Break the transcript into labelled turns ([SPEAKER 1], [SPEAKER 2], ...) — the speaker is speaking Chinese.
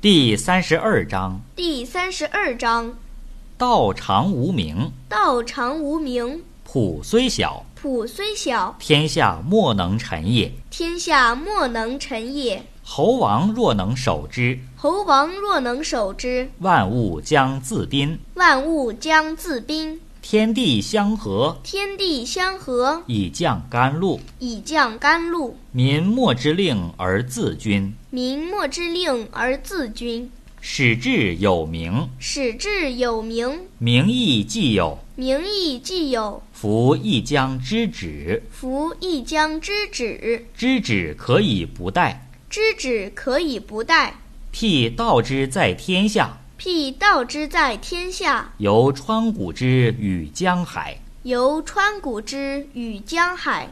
[SPEAKER 1] 第三十二章：
[SPEAKER 2] 第三十二章：
[SPEAKER 1] 道常无名，
[SPEAKER 2] 道常无名，
[SPEAKER 1] 朴虽小，
[SPEAKER 2] 朴虽小，
[SPEAKER 1] 天下莫能臣也。
[SPEAKER 2] 天下莫能臣也。
[SPEAKER 1] 侯王若能守之，
[SPEAKER 2] 侯王若能守之，
[SPEAKER 1] 万物将自宾；
[SPEAKER 2] 万物将自宾。
[SPEAKER 1] 天地相合，
[SPEAKER 2] 天地相合，
[SPEAKER 1] 以降甘露；
[SPEAKER 2] 以降甘露。
[SPEAKER 1] 民莫之令而自君，
[SPEAKER 2] 民莫之令而自君。
[SPEAKER 1] 始至有名，
[SPEAKER 2] 始至有名，
[SPEAKER 1] 名亦既有，
[SPEAKER 2] 名亦既有。
[SPEAKER 1] 夫亦将知止，
[SPEAKER 2] 夫亦将知止，
[SPEAKER 1] 知止可以不殆。
[SPEAKER 2] 知止可以不殆。
[SPEAKER 1] 辟道之在天下，
[SPEAKER 2] 辟道之在天下，
[SPEAKER 1] 由川谷之与江海。
[SPEAKER 2] 由川谷之与江海。